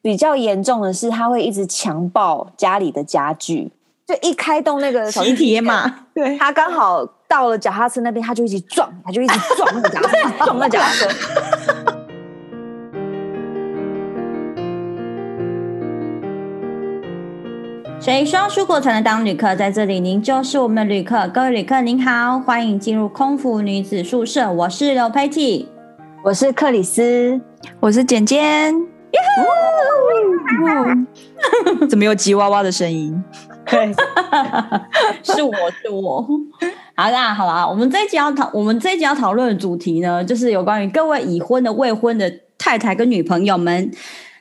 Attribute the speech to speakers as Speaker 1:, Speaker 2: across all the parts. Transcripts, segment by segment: Speaker 1: 比较严重的是，他会一直强暴家里的家具，就一开动那个小
Speaker 2: 喜帖嘛，对，
Speaker 1: 他刚好到了脚踏车那边，他就一直撞，他就一直撞那个脚踏车，撞那脚踏车。
Speaker 2: 所以需要出国才能当旅客，在这里您就是我们的旅客。各位旅客您好，欢迎进入空服女子宿舍，我是刘佩蒂。
Speaker 1: 我是克里斯，
Speaker 3: 我是简简。怎么有吉娃娃的声音？
Speaker 1: 对，
Speaker 2: 是我是我。好啦好啦，我们这一集要讨我们这一集要讨论的主题呢，就是有关于各位已婚的、未婚的太太跟女朋友们，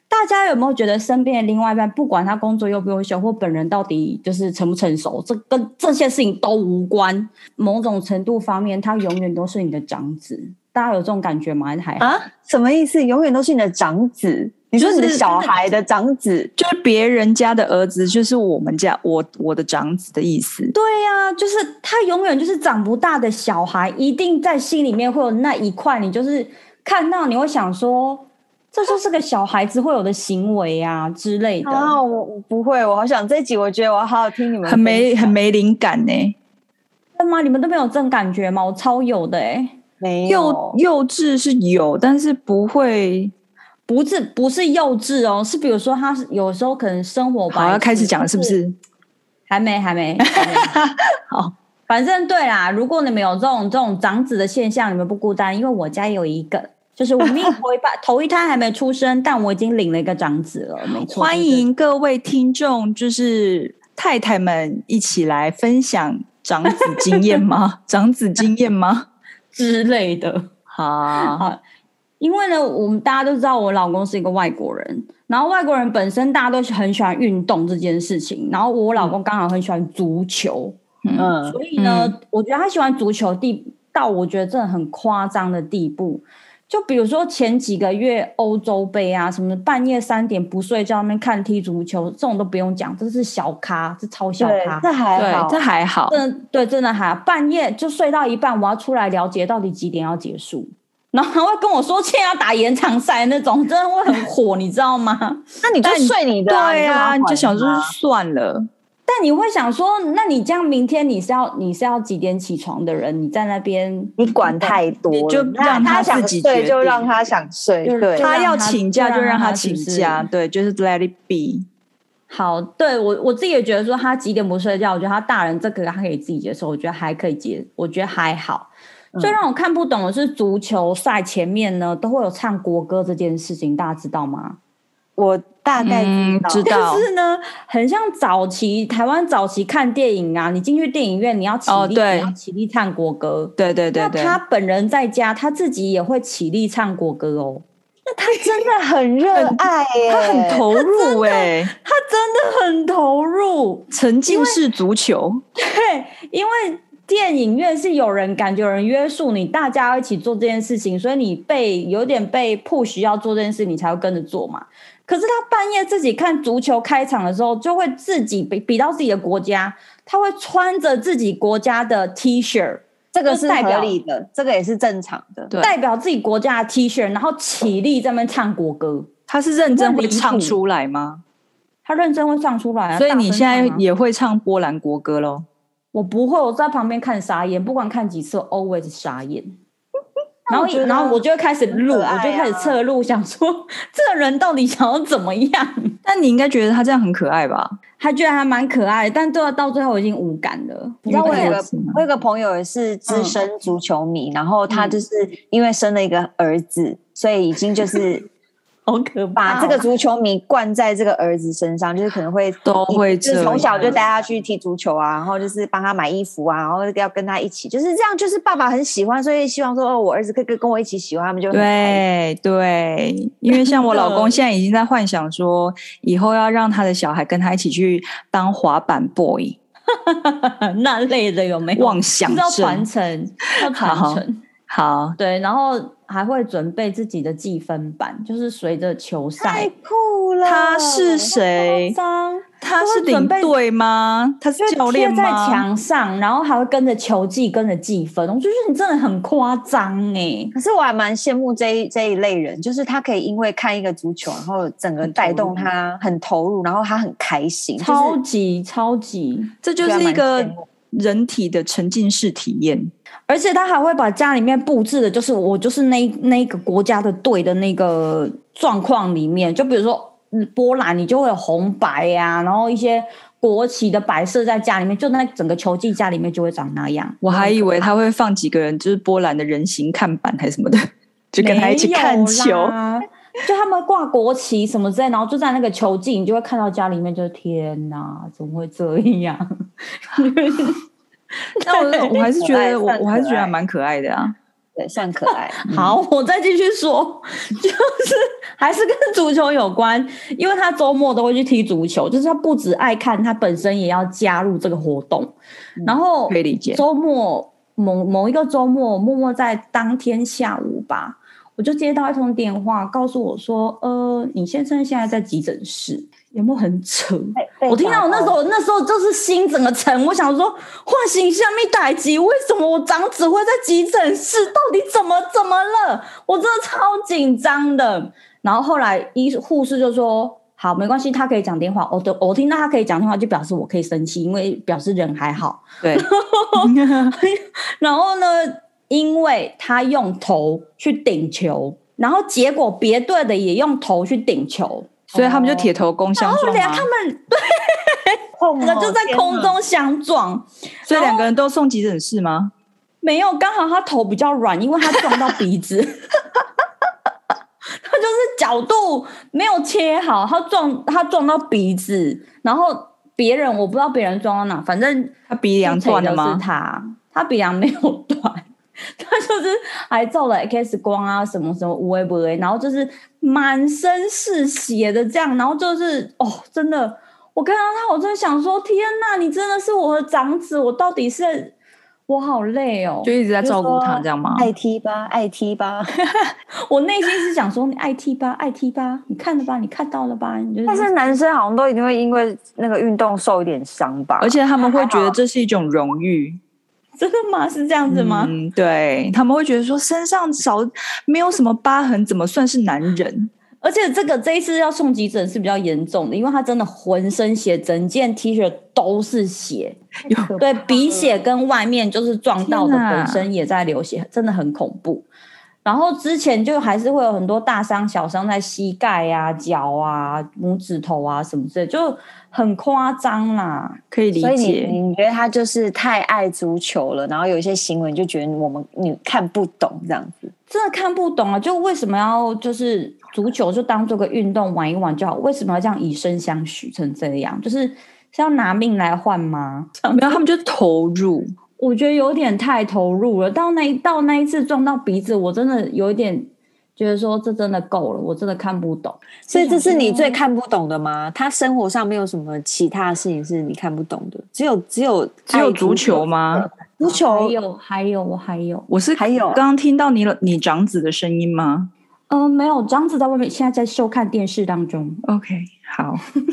Speaker 2: 大家有没有觉得身边的另外一半，不管他工作优不优秀，或本人到底就是成不成熟，这跟这些事情都无关。某种程度方面，他永远都是你的长子。大家有这种感觉吗？还好
Speaker 1: 啊，什么意思？永远都是你的长子，你说你的小孩的长子，
Speaker 3: 就是别人家的儿子，就是我们家我我的长子的意思。
Speaker 2: 对呀、就是他永远就是长不大的小孩，一定在心里面会有那一块，你就是看到你会想说，这就是个小孩子会有的行为啊之类的。
Speaker 3: 哦
Speaker 1: 啊，我我不会，我好想这一集，我觉得我要好好听你们
Speaker 3: 很没
Speaker 1: 分享
Speaker 3: 很没灵感呢、
Speaker 2: 真的吗？你们都没有这种感觉吗？我超有的哎、
Speaker 1: 没
Speaker 3: 幼
Speaker 1: 有
Speaker 3: 幼稚是有，但是不会。
Speaker 2: 不是不是幼稚哦，是比如说他是有时候可能生活吧，
Speaker 3: 好，要开始讲了，是不？是？
Speaker 2: 还没，还没。还没
Speaker 3: 好，
Speaker 2: 反正对啦，如果你们有这种这种长子的现象，你们不孤单，因为我家也有一个，就是我们头一半头一胎还没出生，但我已经领了一个长子了，没错。
Speaker 3: 欢迎各位听众，就是太太们一起来分享长子经验吗？长子经验吗？
Speaker 2: 之类的。
Speaker 3: 好，
Speaker 2: 好，因为呢，我们大家都知道，我老公是一个外国人，然后外国人本身大家都很喜欢运动这件事情，然后我老公刚好很喜欢足球，
Speaker 1: 嗯，
Speaker 2: 所以呢，我觉得他喜欢足球地到我觉得真的很夸张的地步。就比如说前几个月欧洲杯啊，什么半夜三点不睡觉那边看踢足球，这种都不用讲，这是小咖，这超小
Speaker 1: 对
Speaker 2: 咖，。
Speaker 1: 这还好
Speaker 3: 对，这，还好。
Speaker 2: 真的对，真的还半夜就睡到一半，我要出来了解到底几点要结束，然后他会跟我说现在要打延长赛那种，真的会很火，你知道吗？
Speaker 1: 那你就
Speaker 3: 但
Speaker 1: 睡你的，
Speaker 3: 对
Speaker 1: 呀、
Speaker 3: 啊，你就想说
Speaker 1: 说，
Speaker 3: 算了，
Speaker 2: 但你会想说，那你这样明天你是要你是要几点起床的人？你在那边
Speaker 1: 嗯你管太多了，
Speaker 3: 你就
Speaker 1: 那
Speaker 3: 让
Speaker 1: 他
Speaker 3: 他
Speaker 1: 想
Speaker 3: 自己
Speaker 1: 睡
Speaker 3: 决
Speaker 1: 就
Speaker 3: 定
Speaker 1: 让他想睡，
Speaker 2: 就是
Speaker 1: 对，
Speaker 2: 他
Speaker 3: 他要请假
Speaker 2: 就
Speaker 3: 就
Speaker 2: 让
Speaker 3: 让
Speaker 2: 他
Speaker 3: 他
Speaker 2: 是
Speaker 3: 请
Speaker 2: 不是
Speaker 3: 假，对，就是 let it be。
Speaker 2: 好，对我我自己也觉得说他几点不睡觉，我觉得他大人这个他可以自己接受，我觉得还可以接，我觉得还好。
Speaker 3: 嗯
Speaker 2: 最让我看不懂的是足球赛前面呢都会有唱国歌这件事情，大家知道吗？
Speaker 1: 我大概
Speaker 3: 嗯
Speaker 1: 知
Speaker 3: 知
Speaker 1: 道。
Speaker 3: 道
Speaker 2: 就是呢，很像早期台湾早期看电影啊，你进去电影院你要起立，
Speaker 3: 哦对
Speaker 2: 你要起立唱国歌。
Speaker 3: 对对对对
Speaker 2: 那，他本人在家，他自己也会起立唱国歌哦。
Speaker 1: 他真的很热爱耶，
Speaker 3: 他很投入哎、
Speaker 2: 他真的很投入，
Speaker 3: 沉浸式足球，
Speaker 2: 对，因为电影院是有人感觉有人约束你，大家要一起做这件事情，所以你被有点被 push 要做这件事，你才会跟着做嘛。可是他半夜自己看足球开场的时候，就会自己比比到自己的国家，他会穿着自己国家的 T 恤，
Speaker 1: 这个
Speaker 2: 就是代
Speaker 1: 合
Speaker 2: 表
Speaker 1: 理的，这个也是正常的。
Speaker 3: 对
Speaker 2: 代表自己国家的 T 恤，然后起立在那边唱国歌，
Speaker 3: 他是认真
Speaker 2: 很
Speaker 3: 会
Speaker 2: 离谱
Speaker 3: 唱出来吗？
Speaker 2: 他认真会唱出来、啊。
Speaker 3: 所以
Speaker 2: 大声
Speaker 3: 你现在
Speaker 2: 唱啊
Speaker 3: 也会唱波兰国歌喽？
Speaker 2: 我不会，我在旁边看傻眼，不管看几次我，always 傻眼。 然后
Speaker 1: 我觉，得
Speaker 2: 然后我就会开始录，
Speaker 1: 很可
Speaker 2: 我
Speaker 1: 爱啊
Speaker 2: 就开始侧录，想说这个人到底想要怎么样？
Speaker 3: 但你应该觉得他这样很可爱吧？
Speaker 2: 他居然还蛮可爱的，但对他啊到最后我已经无感了。
Speaker 1: 你知道我有
Speaker 3: 我也
Speaker 1: 个
Speaker 3: 是
Speaker 1: 我有个朋友也是资深足球迷，然后他就是因为生了一个儿子，所以已经就是
Speaker 2: 好可怕
Speaker 1: 把
Speaker 2: 哦、
Speaker 1: 这个足球迷灌在这个儿子身上，就是可能会
Speaker 3: 都会
Speaker 1: 就是
Speaker 3: 这
Speaker 1: 从小就
Speaker 3: 样
Speaker 1: 带他去踢足球啊，然后就是帮他买衣服啊，然后要跟他一起，就是这样。就是爸爸很喜欢，所以希望说哦，我儿子可以跟跟我一起喜欢，他们就很开心
Speaker 3: 对对，因为像我老公现在已经在幻想说，以后要让他的小孩跟他一起去当滑板 boy，
Speaker 2: 那类的有没有？
Speaker 3: 妄想
Speaker 2: 就是要传
Speaker 3: 症
Speaker 2: 承，要传
Speaker 3: 好
Speaker 2: 承。
Speaker 3: 好，
Speaker 2: 对，然后还会准备自己的
Speaker 1: 哎
Speaker 2: 计分板，就是随着球赛
Speaker 1: 太。酷了。
Speaker 3: 他是谁？
Speaker 2: 张
Speaker 3: 他是
Speaker 2: 准
Speaker 3: 领
Speaker 2: 备
Speaker 3: 队吗？他是教
Speaker 2: 就
Speaker 3: 练
Speaker 2: 贴在
Speaker 3: 吗？
Speaker 2: 墙上，然后还会跟着球技，跟着计分。我就觉得你真的很夸张哎、
Speaker 1: 可是我还蛮羡慕这一这一类人，就是他可以因为看一个足球，然后整个带动他很投入，然后他很开心，就是
Speaker 2: 超级超级，
Speaker 3: 这就
Speaker 1: 觉得
Speaker 3: 是一
Speaker 1: 蛮
Speaker 3: 个
Speaker 1: 羡慕
Speaker 3: 人体的沉浸式体验。
Speaker 2: 而且他还会把家里面布置的，就是我就是那那个国家的队的那个状况里面，就比如说嗯波兰，你就会有红白呀、然后一些国旗的摆设在家里面，就那整个球季家里面就会长那样。
Speaker 3: 我还以为他会放几个人，就是波兰的人形看板还是什么的，就跟他一起看
Speaker 2: 没有
Speaker 3: 球。
Speaker 2: 啦。就他们挂国旗什么之类，然后就在那个球季，你就会看到家里面就是天哪，怎么会这样？
Speaker 3: 那我我还是觉得我
Speaker 1: 算可爱
Speaker 3: 我还是觉得还蛮可爱的啊。
Speaker 1: 对算可爱。
Speaker 3: 嗯
Speaker 2: 好，我再继续说，就是还是跟足球有关，因为他周末都会去踢足球，就是他不只爱看，他本身也要加入这个活动。然后
Speaker 3: 嗯可以理解
Speaker 2: 周末某某一个周末，默默在当天下午吧，我就接到一通电话，告诉我说：“呃，你先生现在在急诊室，有没有很扯？”
Speaker 1: 被
Speaker 2: 我听到我那时候，那时候就是心整个沉，我想说，唤醒下面打击，为什么我长子会在急诊室？到底怎么怎么了？我真的超紧张的。然后后来医护士就说：“好，没关系，他可以讲电话。”我的我听到他可以讲电话，就表示我可以生气，因为表示人还好。
Speaker 3: 对，
Speaker 2: 然后呢，因为他用头去顶球，然后结果别队的也用头去顶球，
Speaker 3: 所以他们就铁头功相撞
Speaker 2: 俩
Speaker 3: 嘛
Speaker 2: 他，们
Speaker 1: 碰
Speaker 2: 两个就在空，中相撞。
Speaker 3: 所以两个人都送急诊室吗？
Speaker 2: 没有，刚好他头比较软，因为他撞到鼻子， 他就是角度没有切好，他撞他撞到鼻子，然后别人我不知道别人撞到哪，反正
Speaker 3: 他鼻梁断了
Speaker 2: 是
Speaker 3: 吗？
Speaker 2: 他，他鼻梁没有断，他就是还照了 X 光啊，什么什么无微不微，然后就是满身是血的这样，然后就是哦，真的，我看到他，我真的想说，天呐，你真的是我的长子，我到底是我好累哦，
Speaker 3: 就一直在照顾他这样吗？
Speaker 1: 爱踢吧，爱踢吧。
Speaker 2: 我内心是想说，你爱踢吧，爱踢吧，你看了吧，你看到了吧，你就
Speaker 1: 但
Speaker 3: 嗯
Speaker 1: 是男生好像都一定会因为那个运动受一点伤吧，
Speaker 3: 而且他们会觉得这是一种荣誉，
Speaker 2: 真的吗？是这样子吗？
Speaker 3: 嗯，对他们会觉得说身上少没有什么疤痕，怎么算是男人？
Speaker 2: 而且这个这一次要送急诊是比较严重的，因为他真的浑身血，整件 T 恤都是血，
Speaker 1: 有
Speaker 2: 对鼻血跟外面就是撞到的
Speaker 3: 天哪
Speaker 2: 本身也在流血，真的很恐怖。然后之前就还是会有很多大伤小伤在膝盖啊、脚啊、拇指头啊什么之类，就很夸张啦。
Speaker 3: 可以理
Speaker 1: 所以你
Speaker 3: 解，
Speaker 1: 你觉得他就是太爱足球了，然后有一些行为你就觉得我们你看不懂这样子。
Speaker 2: 真的看不懂啊！就为什么要就是足球就当做个运动玩一玩就好，为什么要这样以身相许成这样？就是是要拿命来换吗？
Speaker 3: 没有他们就投入，
Speaker 2: 我觉得有点太投入了。到那到那一次撞到鼻子，我真的有一点觉得说这真的够了，我真的看不懂。
Speaker 1: 所以这是你最看不懂的吗？他生活上没有什么其他的事情是你看不懂的，只有只有
Speaker 3: 只有
Speaker 1: 爱
Speaker 3: 足球？吗？
Speaker 1: 足球
Speaker 3: 哦
Speaker 2: 还有还有我还有，
Speaker 3: 我是
Speaker 1: 还有
Speaker 3: 刚刚听到你你长子的声音吗
Speaker 2: 嗯、呃，没有，张子在外面，现在在收看电视当中。
Speaker 3: ？OK，好，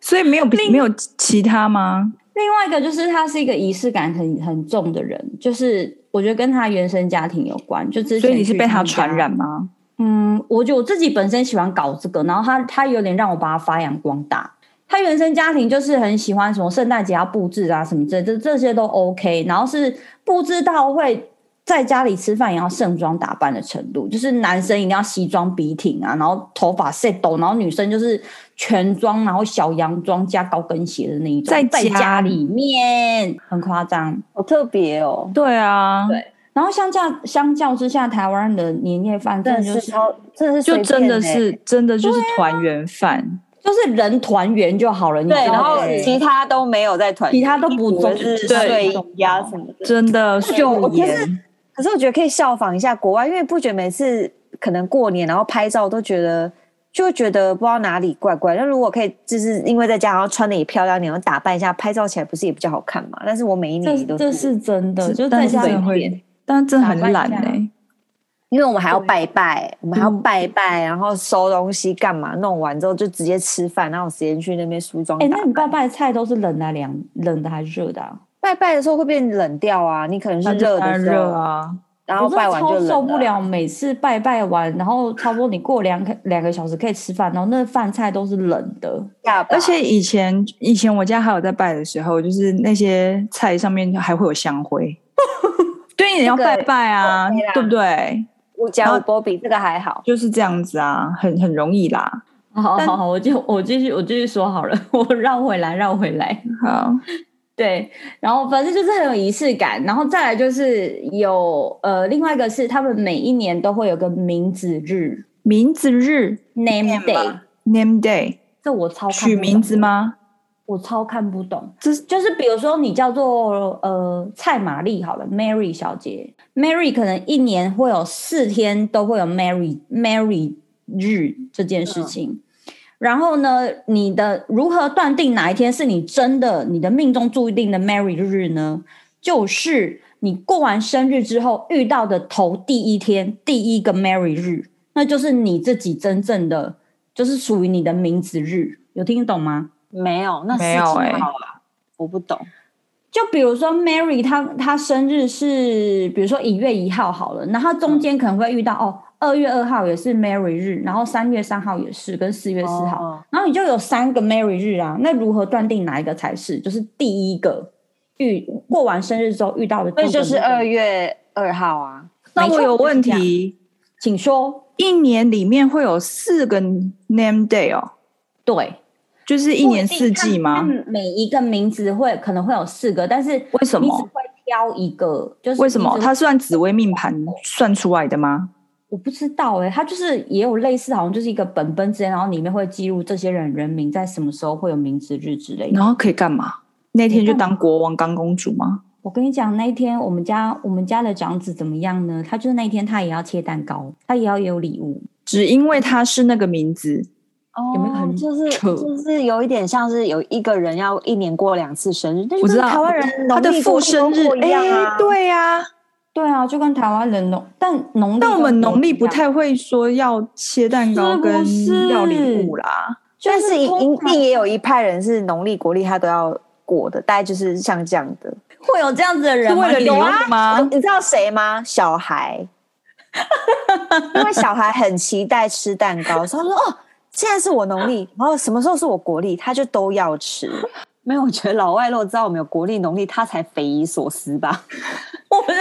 Speaker 3: 所以没有没有其他吗？
Speaker 2: 另外一个就是他是一个仪式感很很重的人，就是我觉得跟他原生家庭有关，就之前
Speaker 3: 所以你是被他
Speaker 2: 去们家
Speaker 3: 传染吗？
Speaker 2: 嗯，我觉得我自己本身喜欢搞这个，然后他他有点让我把它发扬光大。他原生家庭就是很喜欢什么圣诞节要布置啊什么之类，这这些都 OK。然后是布置到会在家里吃饭也要盛装打扮的程度，就是男生一定要西装笔挺啊，然后头发 set 抖，然后女生就是全装，然后小洋装加高跟鞋的那一种，
Speaker 3: 在
Speaker 2: 在
Speaker 3: 家
Speaker 2: 家里面很夸张。
Speaker 1: 好特别哦，
Speaker 3: 对啊，
Speaker 2: 对然后相较相较之下，台湾的年夜饭真
Speaker 1: 真的
Speaker 2: 的就是是
Speaker 1: 超，真的是
Speaker 3: 就
Speaker 1: 随便
Speaker 3: 真的
Speaker 1: 欸
Speaker 3: 是真的就是团圆饭，
Speaker 2: 就是人团圆就好了，你知
Speaker 1: 对，
Speaker 2: 道
Speaker 1: 然后
Speaker 2: 吗
Speaker 1: 其他都没有在团，
Speaker 2: 其他都不重
Speaker 1: 是
Speaker 2: 对
Speaker 1: 睡衣啊什么的。
Speaker 3: 真的
Speaker 1: 我
Speaker 3: 素
Speaker 1: 就
Speaker 3: 颜
Speaker 1: 是。可是我觉得可以效仿一下国外，因为不觉得每次可能过年然后拍照都觉得就会觉得不知道哪里怪怪。但如果可以，就是因为在家然后穿的也漂亮，你要打扮一下，拍照起来不是也比较好看嘛？但是我每一年也
Speaker 2: 这
Speaker 1: 都
Speaker 2: 这是真的，就在
Speaker 3: 但是
Speaker 2: 家
Speaker 3: 真
Speaker 2: 里
Speaker 3: 的
Speaker 2: 面
Speaker 3: 会，但是真的很懒
Speaker 2: 打扮
Speaker 3: 哎、
Speaker 2: 一
Speaker 1: 因为我们还要拜拜，我们还要
Speaker 2: 嗯
Speaker 1: 拜拜，然后收东西干嘛？弄完之后就直接吃饭，然后有时间去那边梳妆
Speaker 2: 哎、
Speaker 1: 打
Speaker 2: 那你拜拜的菜都是冷的还凉冷的还是热的啊？
Speaker 1: 拜拜的时候会变冷掉啊，你可能是
Speaker 3: 那就
Speaker 1: 热
Speaker 3: 当
Speaker 1: 的
Speaker 3: 然
Speaker 1: 时
Speaker 3: 热
Speaker 1: 候，
Speaker 3: 啊，
Speaker 1: 然后
Speaker 2: 我真
Speaker 1: 拜
Speaker 2: 的
Speaker 1: 完就
Speaker 2: 超
Speaker 1: 冷
Speaker 2: 受不
Speaker 1: 了。
Speaker 2: 了，啊每次拜拜完，然后差不多你过两两个小时可以吃饭，然后那饭菜都是冷的。
Speaker 1: 下巴
Speaker 3: 而且以前以前我家还有在拜的时候，就是那些菜上面还会有 香灰，对，你要
Speaker 1: 这个
Speaker 3: 拜拜啊，
Speaker 1: OK 啦
Speaker 3: 对不对？
Speaker 1: 我讲我波比这个还好，
Speaker 3: 就是这样子啊，很很容易啦。
Speaker 2: 好好
Speaker 3: 但
Speaker 2: 好好，哦 我就我继续我继续说好了， 我绕回来绕回来。
Speaker 3: 好，
Speaker 2: 对，然后反正就是很有仪式感，然后再来就是有呃，另外一个是他们每一年都会有个名字日
Speaker 3: 名字日
Speaker 2: （name day），
Speaker 1: 吗
Speaker 3: （name day）
Speaker 2: 这我超看
Speaker 3: 取
Speaker 2: 不
Speaker 3: 名
Speaker 2: 懂
Speaker 3: 字？吗？
Speaker 2: 我超看不懂。
Speaker 3: 这
Speaker 2: 就是比如说你叫做呃蔡玛丽好了，Mary 小姐，Mary 可能一年会有四天都会有 Mary Mary 日这件事情。然后呢，你的如何断定哪一天是你真的你的命中注定的 Mary 日呢？就是你过完生日之后遇到的头第一天第一个 Mary 日，那就是你自己真正的，就是属于你的名字日，有听懂吗？
Speaker 1: 没有，那
Speaker 3: 没有
Speaker 1: 事情
Speaker 3: 欸
Speaker 1: 好啊我不懂。
Speaker 2: 就比如说 Mary，她她生日是比如说一月一号好了，然后中间可能会遇到、哦，二月二号也是 Mary 日，然后三月三号也是，跟四月四号，
Speaker 1: 哦
Speaker 2: 然后你就有三个 Mary 日啊。那如何断定哪一个才是？就是第一个遇过完生日之后遇到的，
Speaker 1: 所以就是二，月二号啊，
Speaker 3: 那我有问
Speaker 2: 没错就是
Speaker 3: 题，
Speaker 2: 请说。
Speaker 3: 一年里面会有四个 name day 哦，
Speaker 2: 对，
Speaker 3: 就是一年四季
Speaker 2: 不
Speaker 3: 吗
Speaker 2: 一？定它每一个名字会可能会有四个，但是
Speaker 3: 为什
Speaker 2: 你只
Speaker 3: 么？
Speaker 2: 会挑一个，就是
Speaker 3: 为什么
Speaker 2: 你只
Speaker 3: 它算紫微命盘算出来的吗？
Speaker 2: 我不知道哎、欸，它就是也有类似，好像就是一个本本之类，然后里面会记录这些人人名在什么时候会有名字日之类的。
Speaker 3: 然后可以干嘛？那天就
Speaker 2: 干嘛
Speaker 3: 当国王当公主吗？
Speaker 2: 我跟你讲，那一天我们家我们家的长子怎么样呢？他就是那一天他也要切蛋糕，他也要有礼物。
Speaker 3: 只因为他是那个名字，
Speaker 1: 哦
Speaker 2: 有没有很
Speaker 1: 就是
Speaker 3: 扯
Speaker 1: 就是有一点像是有一个人要一年过两次生日，那就
Speaker 3: 我知
Speaker 1: 跟
Speaker 3: 道
Speaker 1: 台湾人
Speaker 3: 他的
Speaker 1: 农历
Speaker 3: 父
Speaker 1: 过
Speaker 3: 生日
Speaker 1: 过，一样啊，
Speaker 3: 对呀、
Speaker 2: 对啊，就跟台湾人农，但农历
Speaker 3: 但我们
Speaker 2: 跟
Speaker 3: 农历
Speaker 2: 不
Speaker 3: 不
Speaker 2: 一样，
Speaker 3: 太会说要切蛋糕
Speaker 2: 是不
Speaker 3: 跟
Speaker 2: 是
Speaker 3: 要礼物啦，
Speaker 2: 就
Speaker 1: 但是一
Speaker 2: 通常
Speaker 1: 定也有一派人是农历国历他都要过的，大概就是像这样的。
Speaker 2: 会有这样子的人
Speaker 3: 是
Speaker 2: 吗
Speaker 3: 为了礼
Speaker 2: 有啊
Speaker 3: 物吗？
Speaker 1: 你知道谁吗？小 孩，因为小孩很期待吃蛋糕，所以他说哦，现在是我农历，然后什么时候是我国历，他就都要吃。没有，我觉得老外如果知道我们有国历农历，他才匪夷所思吧，
Speaker 2: 我们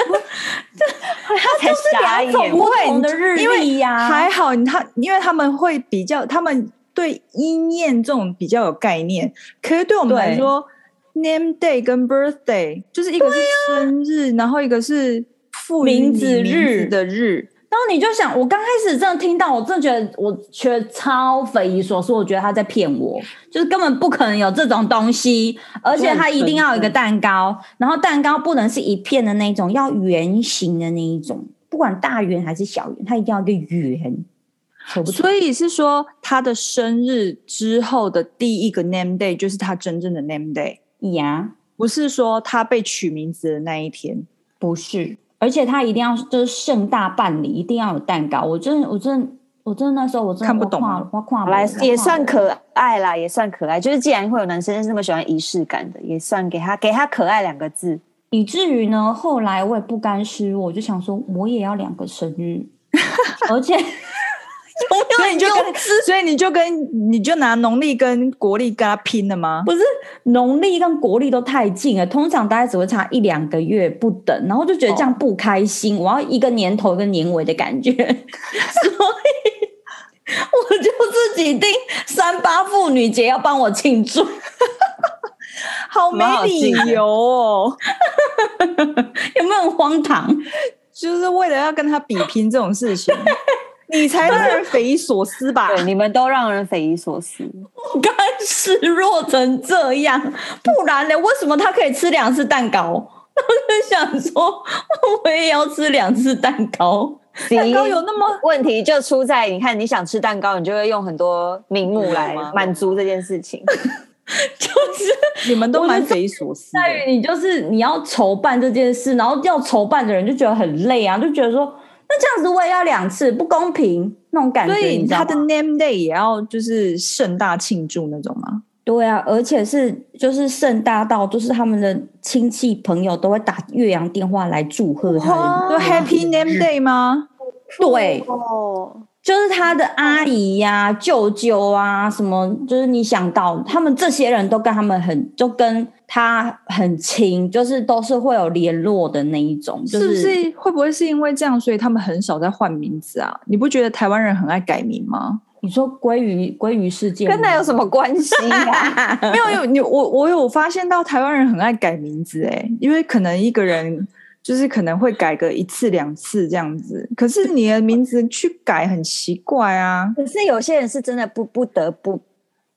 Speaker 1: 他才傻眼。
Speaker 2: 两种不同的日
Speaker 3: 因为
Speaker 2: 历呀、
Speaker 3: 还好他，因为他们会比较，他们对音念这种比较有概念，可是对我们
Speaker 2: 对
Speaker 3: 来说，name day 跟 birthday 就是一个是生日，然后一个是赋予你
Speaker 2: 名字日
Speaker 3: 名字的日，
Speaker 2: 然后你就想，我刚开始真的听到，我真的觉得，我觉得超匪夷所思，我觉得他在骗我，就是根本不可能有这种东西，而且他一定要有一个蛋糕，然后蛋糕不能是一片的那种，要圆形的那一种，不管大圆还是小圆，它一定要一个圆。扯不出
Speaker 3: 所以是说他的生日之后的第一个 name day 就是他真正的 name day。
Speaker 2: 呀，
Speaker 3: 不是说他被取名字的那一天，
Speaker 2: 不是，而且他一定要就是盛大办理，一定要有蛋糕。我真的，我真的，我真的那时候我真的
Speaker 3: 看不懂
Speaker 2: 我
Speaker 3: 啊
Speaker 2: 跨我跨
Speaker 1: 好啦，也算
Speaker 2: 可。
Speaker 1: 可爱啦，也算可爱。就是既然会有男生是那么喜欢仪式感的，也算给他给他可爱两个字。
Speaker 2: 以至于呢，后来我也不甘示弱，我就想说我也要两个生日，而且有
Speaker 3: 所
Speaker 2: 没
Speaker 3: 以
Speaker 2: 有
Speaker 3: 你就
Speaker 2: 很幼
Speaker 3: 跟， 所以你就跟你就拿农历跟国历跟他拼了吗？
Speaker 2: 不是农历跟国历都太近了，通常大概只会差一两个月不等，然后就觉得这样不开心，我要一个年头一个年尾的感觉，所以我就自己定三八妇女节要帮我庆祝。
Speaker 3: 好没理由哦，
Speaker 2: 有没有很荒唐？
Speaker 3: 就是为了要跟他比拼这种事 情，你才让人匪夷所思吧？
Speaker 1: 对，你们都让人匪夷所 思。
Speaker 2: 不甘示弱成这样，不然呢？为什么他可以吃两次蛋糕？我就想说，我也要吃两次蛋 糕。
Speaker 1: 蛋
Speaker 3: 糕有那么
Speaker 1: 问题就出在你看，你想吃蛋糕，你就会用很多名目来满足这件事情。
Speaker 3: 你们都蛮匪夷所思
Speaker 2: 在
Speaker 3: 的。
Speaker 2: 于你就是你要筹办这件事，然后要筹办的人就觉得很累啊，就觉得说那这样子我也要两次，不公平那种感觉，
Speaker 3: 所以
Speaker 2: 你知道
Speaker 3: 他
Speaker 2: 吗
Speaker 3: 的 name day 也要就是盛大庆祝那种吗？
Speaker 2: 对啊，而且是就是盛大到，就是他们的亲戚朋友都会打岳阳电话来祝贺他
Speaker 1: 哇
Speaker 2: 的
Speaker 3: 就
Speaker 2: 女儿。
Speaker 3: Happy Name Day 吗？
Speaker 2: 对
Speaker 1: 哦，
Speaker 2: 就是他
Speaker 3: 嗯
Speaker 2: 的阿姨呀、舅舅啊，什么，就是你想到他们这些人都跟他们很，就跟他很亲，就是都是会有联络的那一种，就是
Speaker 3: 不是会不会是因为这样，所以他们很少在换名字啊？你不觉得台湾人很爱改名吗？
Speaker 2: 你说鲑鱼鲑鱼事件
Speaker 1: 跟那有什
Speaker 2: 么？
Speaker 1: 么关系啊？
Speaker 3: 没有，有你我我有发现到台湾人很爱改名字哎、因为可能一个人就是可能会改个一次两次这样子，可是你的名字去改很奇怪啊。
Speaker 1: 可是有些人是真的不不得不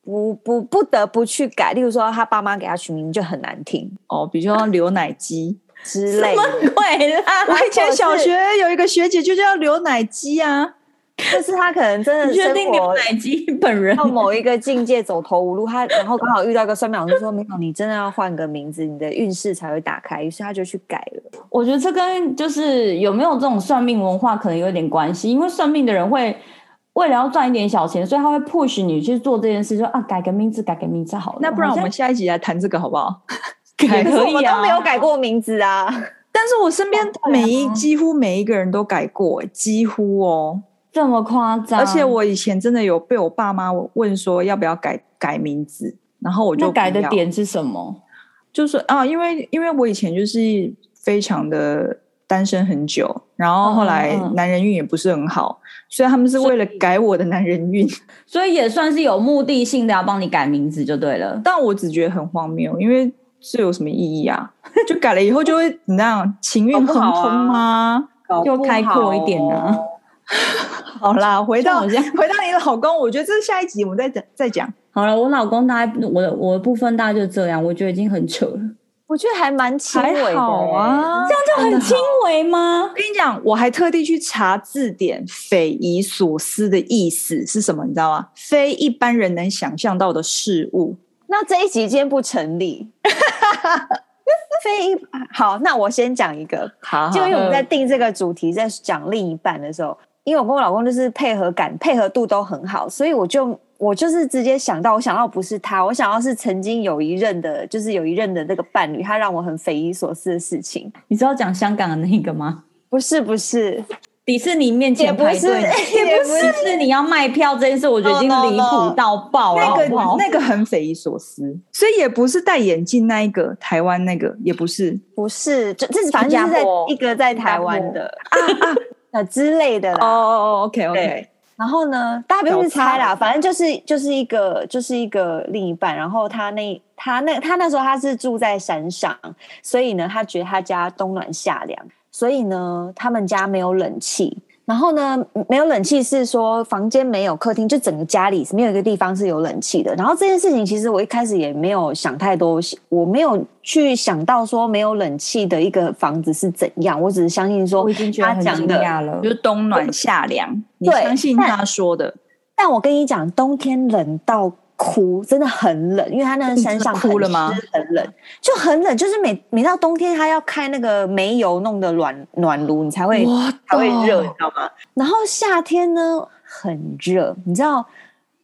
Speaker 1: 不不不得不去改，例如说他爸妈给他取名就很难听
Speaker 3: 哦，比如说牛奶鸡，
Speaker 1: 之类的，
Speaker 2: 鬼啦！
Speaker 3: 我以前小学有一个学姐就叫牛奶鸡啊。
Speaker 1: 就是他可能真的
Speaker 2: 你确定
Speaker 1: 生
Speaker 2: 牛
Speaker 1: 活
Speaker 2: 奶鸡本人
Speaker 3: 哦
Speaker 1: 到某一个境界走投无路，他然后刚好遇到一个算命老师说，没有，你真的要换个名字，你的运势才会打开，于是他就去改了。
Speaker 2: 我觉得这跟就是有没有这种算命文化可能有点关系，因为算命的人会为了要赚一点小钱，所以他会 push 你去做这件事，就啊改个名字，改个名字好了。
Speaker 3: 那不然我
Speaker 2: 哦好
Speaker 3: 们
Speaker 2: 像
Speaker 3: 下一集来谈这个好不好？
Speaker 2: 也
Speaker 3: 改
Speaker 1: 可是
Speaker 2: 可
Speaker 1: 我
Speaker 2: 以啊，
Speaker 1: 都没有改过名字啊，
Speaker 3: 但是我身边每一
Speaker 2: 啊
Speaker 3: 几乎每一个人都改过、欸几乎哦。
Speaker 2: 这么夸张，
Speaker 3: 而且我以前真的有被我爸妈问说要不要改改名字，然后我就
Speaker 2: 那改的
Speaker 3: 不要
Speaker 2: 点是什么？
Speaker 3: 就是啊，因为因为我以前就是非常的单身很久，然后后来
Speaker 2: 嗯嗯嗯
Speaker 3: 男人运也不是很好，所以他们是为了改我的男人运，
Speaker 2: 所以也算是有目的性的要帮你改名字就对了。
Speaker 3: 但我只觉得很荒谬，因为这有什么意义啊？ 就改了以后就会怎么样？情运亨
Speaker 1: 搞不好
Speaker 3: 通吗？
Speaker 1: 哦
Speaker 2: 就开阔一点啊
Speaker 3: 好啦，回到
Speaker 2: 像我这样
Speaker 3: 回到你的老公，我觉得这是下一集我们再讲再讲。
Speaker 2: 好了，我老公大概我的我的部分大概就这样，我觉得已经很扯了。
Speaker 1: 我觉得还蛮轻微的、欸
Speaker 3: 还好啊，
Speaker 1: 这样
Speaker 2: 这很轻微吗
Speaker 3: 我？跟你讲，我还特地去查字典“匪夷所思”的意思是什么，你知道吗？非一般人能想象到的事物。
Speaker 1: 那这一集今天不成立。 非一好，那我先讲一个，
Speaker 3: 好
Speaker 1: 就因为我们
Speaker 2: 嗯
Speaker 1: 在定这个主题，在讲另一半的时候，因为我跟我老公就是配合感、配合度都很好，所以我就我就是直接想到，我想到不是他，我想到是曾经有一任的，就是有一任的那个伴侣，他让我很匪夷所思的事情。
Speaker 2: 你知道讲香港的那个吗？
Speaker 1: 不是不是，
Speaker 2: 迪士尼面
Speaker 1: 也
Speaker 2: 前
Speaker 1: 不
Speaker 2: 排
Speaker 1: 是
Speaker 2: 队，
Speaker 1: 也
Speaker 2: 不是是你要卖票这件事，我觉得已经
Speaker 1: No, no,
Speaker 2: 离
Speaker 1: no
Speaker 2: 谱到爆了，
Speaker 3: 那个
Speaker 2: 好不好？
Speaker 3: 那个很匪夷所思，所以也不是戴眼镜那一个，台湾那个也不是
Speaker 1: 不是，就这反正就是在
Speaker 2: 新加坡
Speaker 1: 一个在台湾 的啊啊那之类的啦。
Speaker 3: 哦，OK
Speaker 1: 对然后呢，大家不用去猜啦，反正就是就是一个就是一个另一半。然后他那他那他那时候他是住在山上，所以呢，他觉得他家冬暖夏凉，所以呢，他们家没有冷气。然后呢，没有冷气是说房间没有，客厅就整个家里没有一个地方是有冷气的。然后这件事情其实我一开始也没有想太多，我没有去想到说没有冷气的一个房子是怎样，我只是相信说
Speaker 2: 我已经觉得
Speaker 1: 他
Speaker 2: 很
Speaker 1: 讲
Speaker 2: 惊
Speaker 1: 的
Speaker 2: 讶了
Speaker 3: 就。是冬暖夏凉，你
Speaker 1: 嗯对
Speaker 3: 相信他说的，
Speaker 1: 但我跟你讲，冬天冷到哭，真的很冷，因为它那个山上
Speaker 3: 你真的哭了吗
Speaker 1: 很湿？很冷，就很冷，就是每每到冬天，它要开那个煤油弄的暖暖炉，你才会
Speaker 3: 我
Speaker 1: 才会热，你知道吗？然后夏天呢，很热，你知道。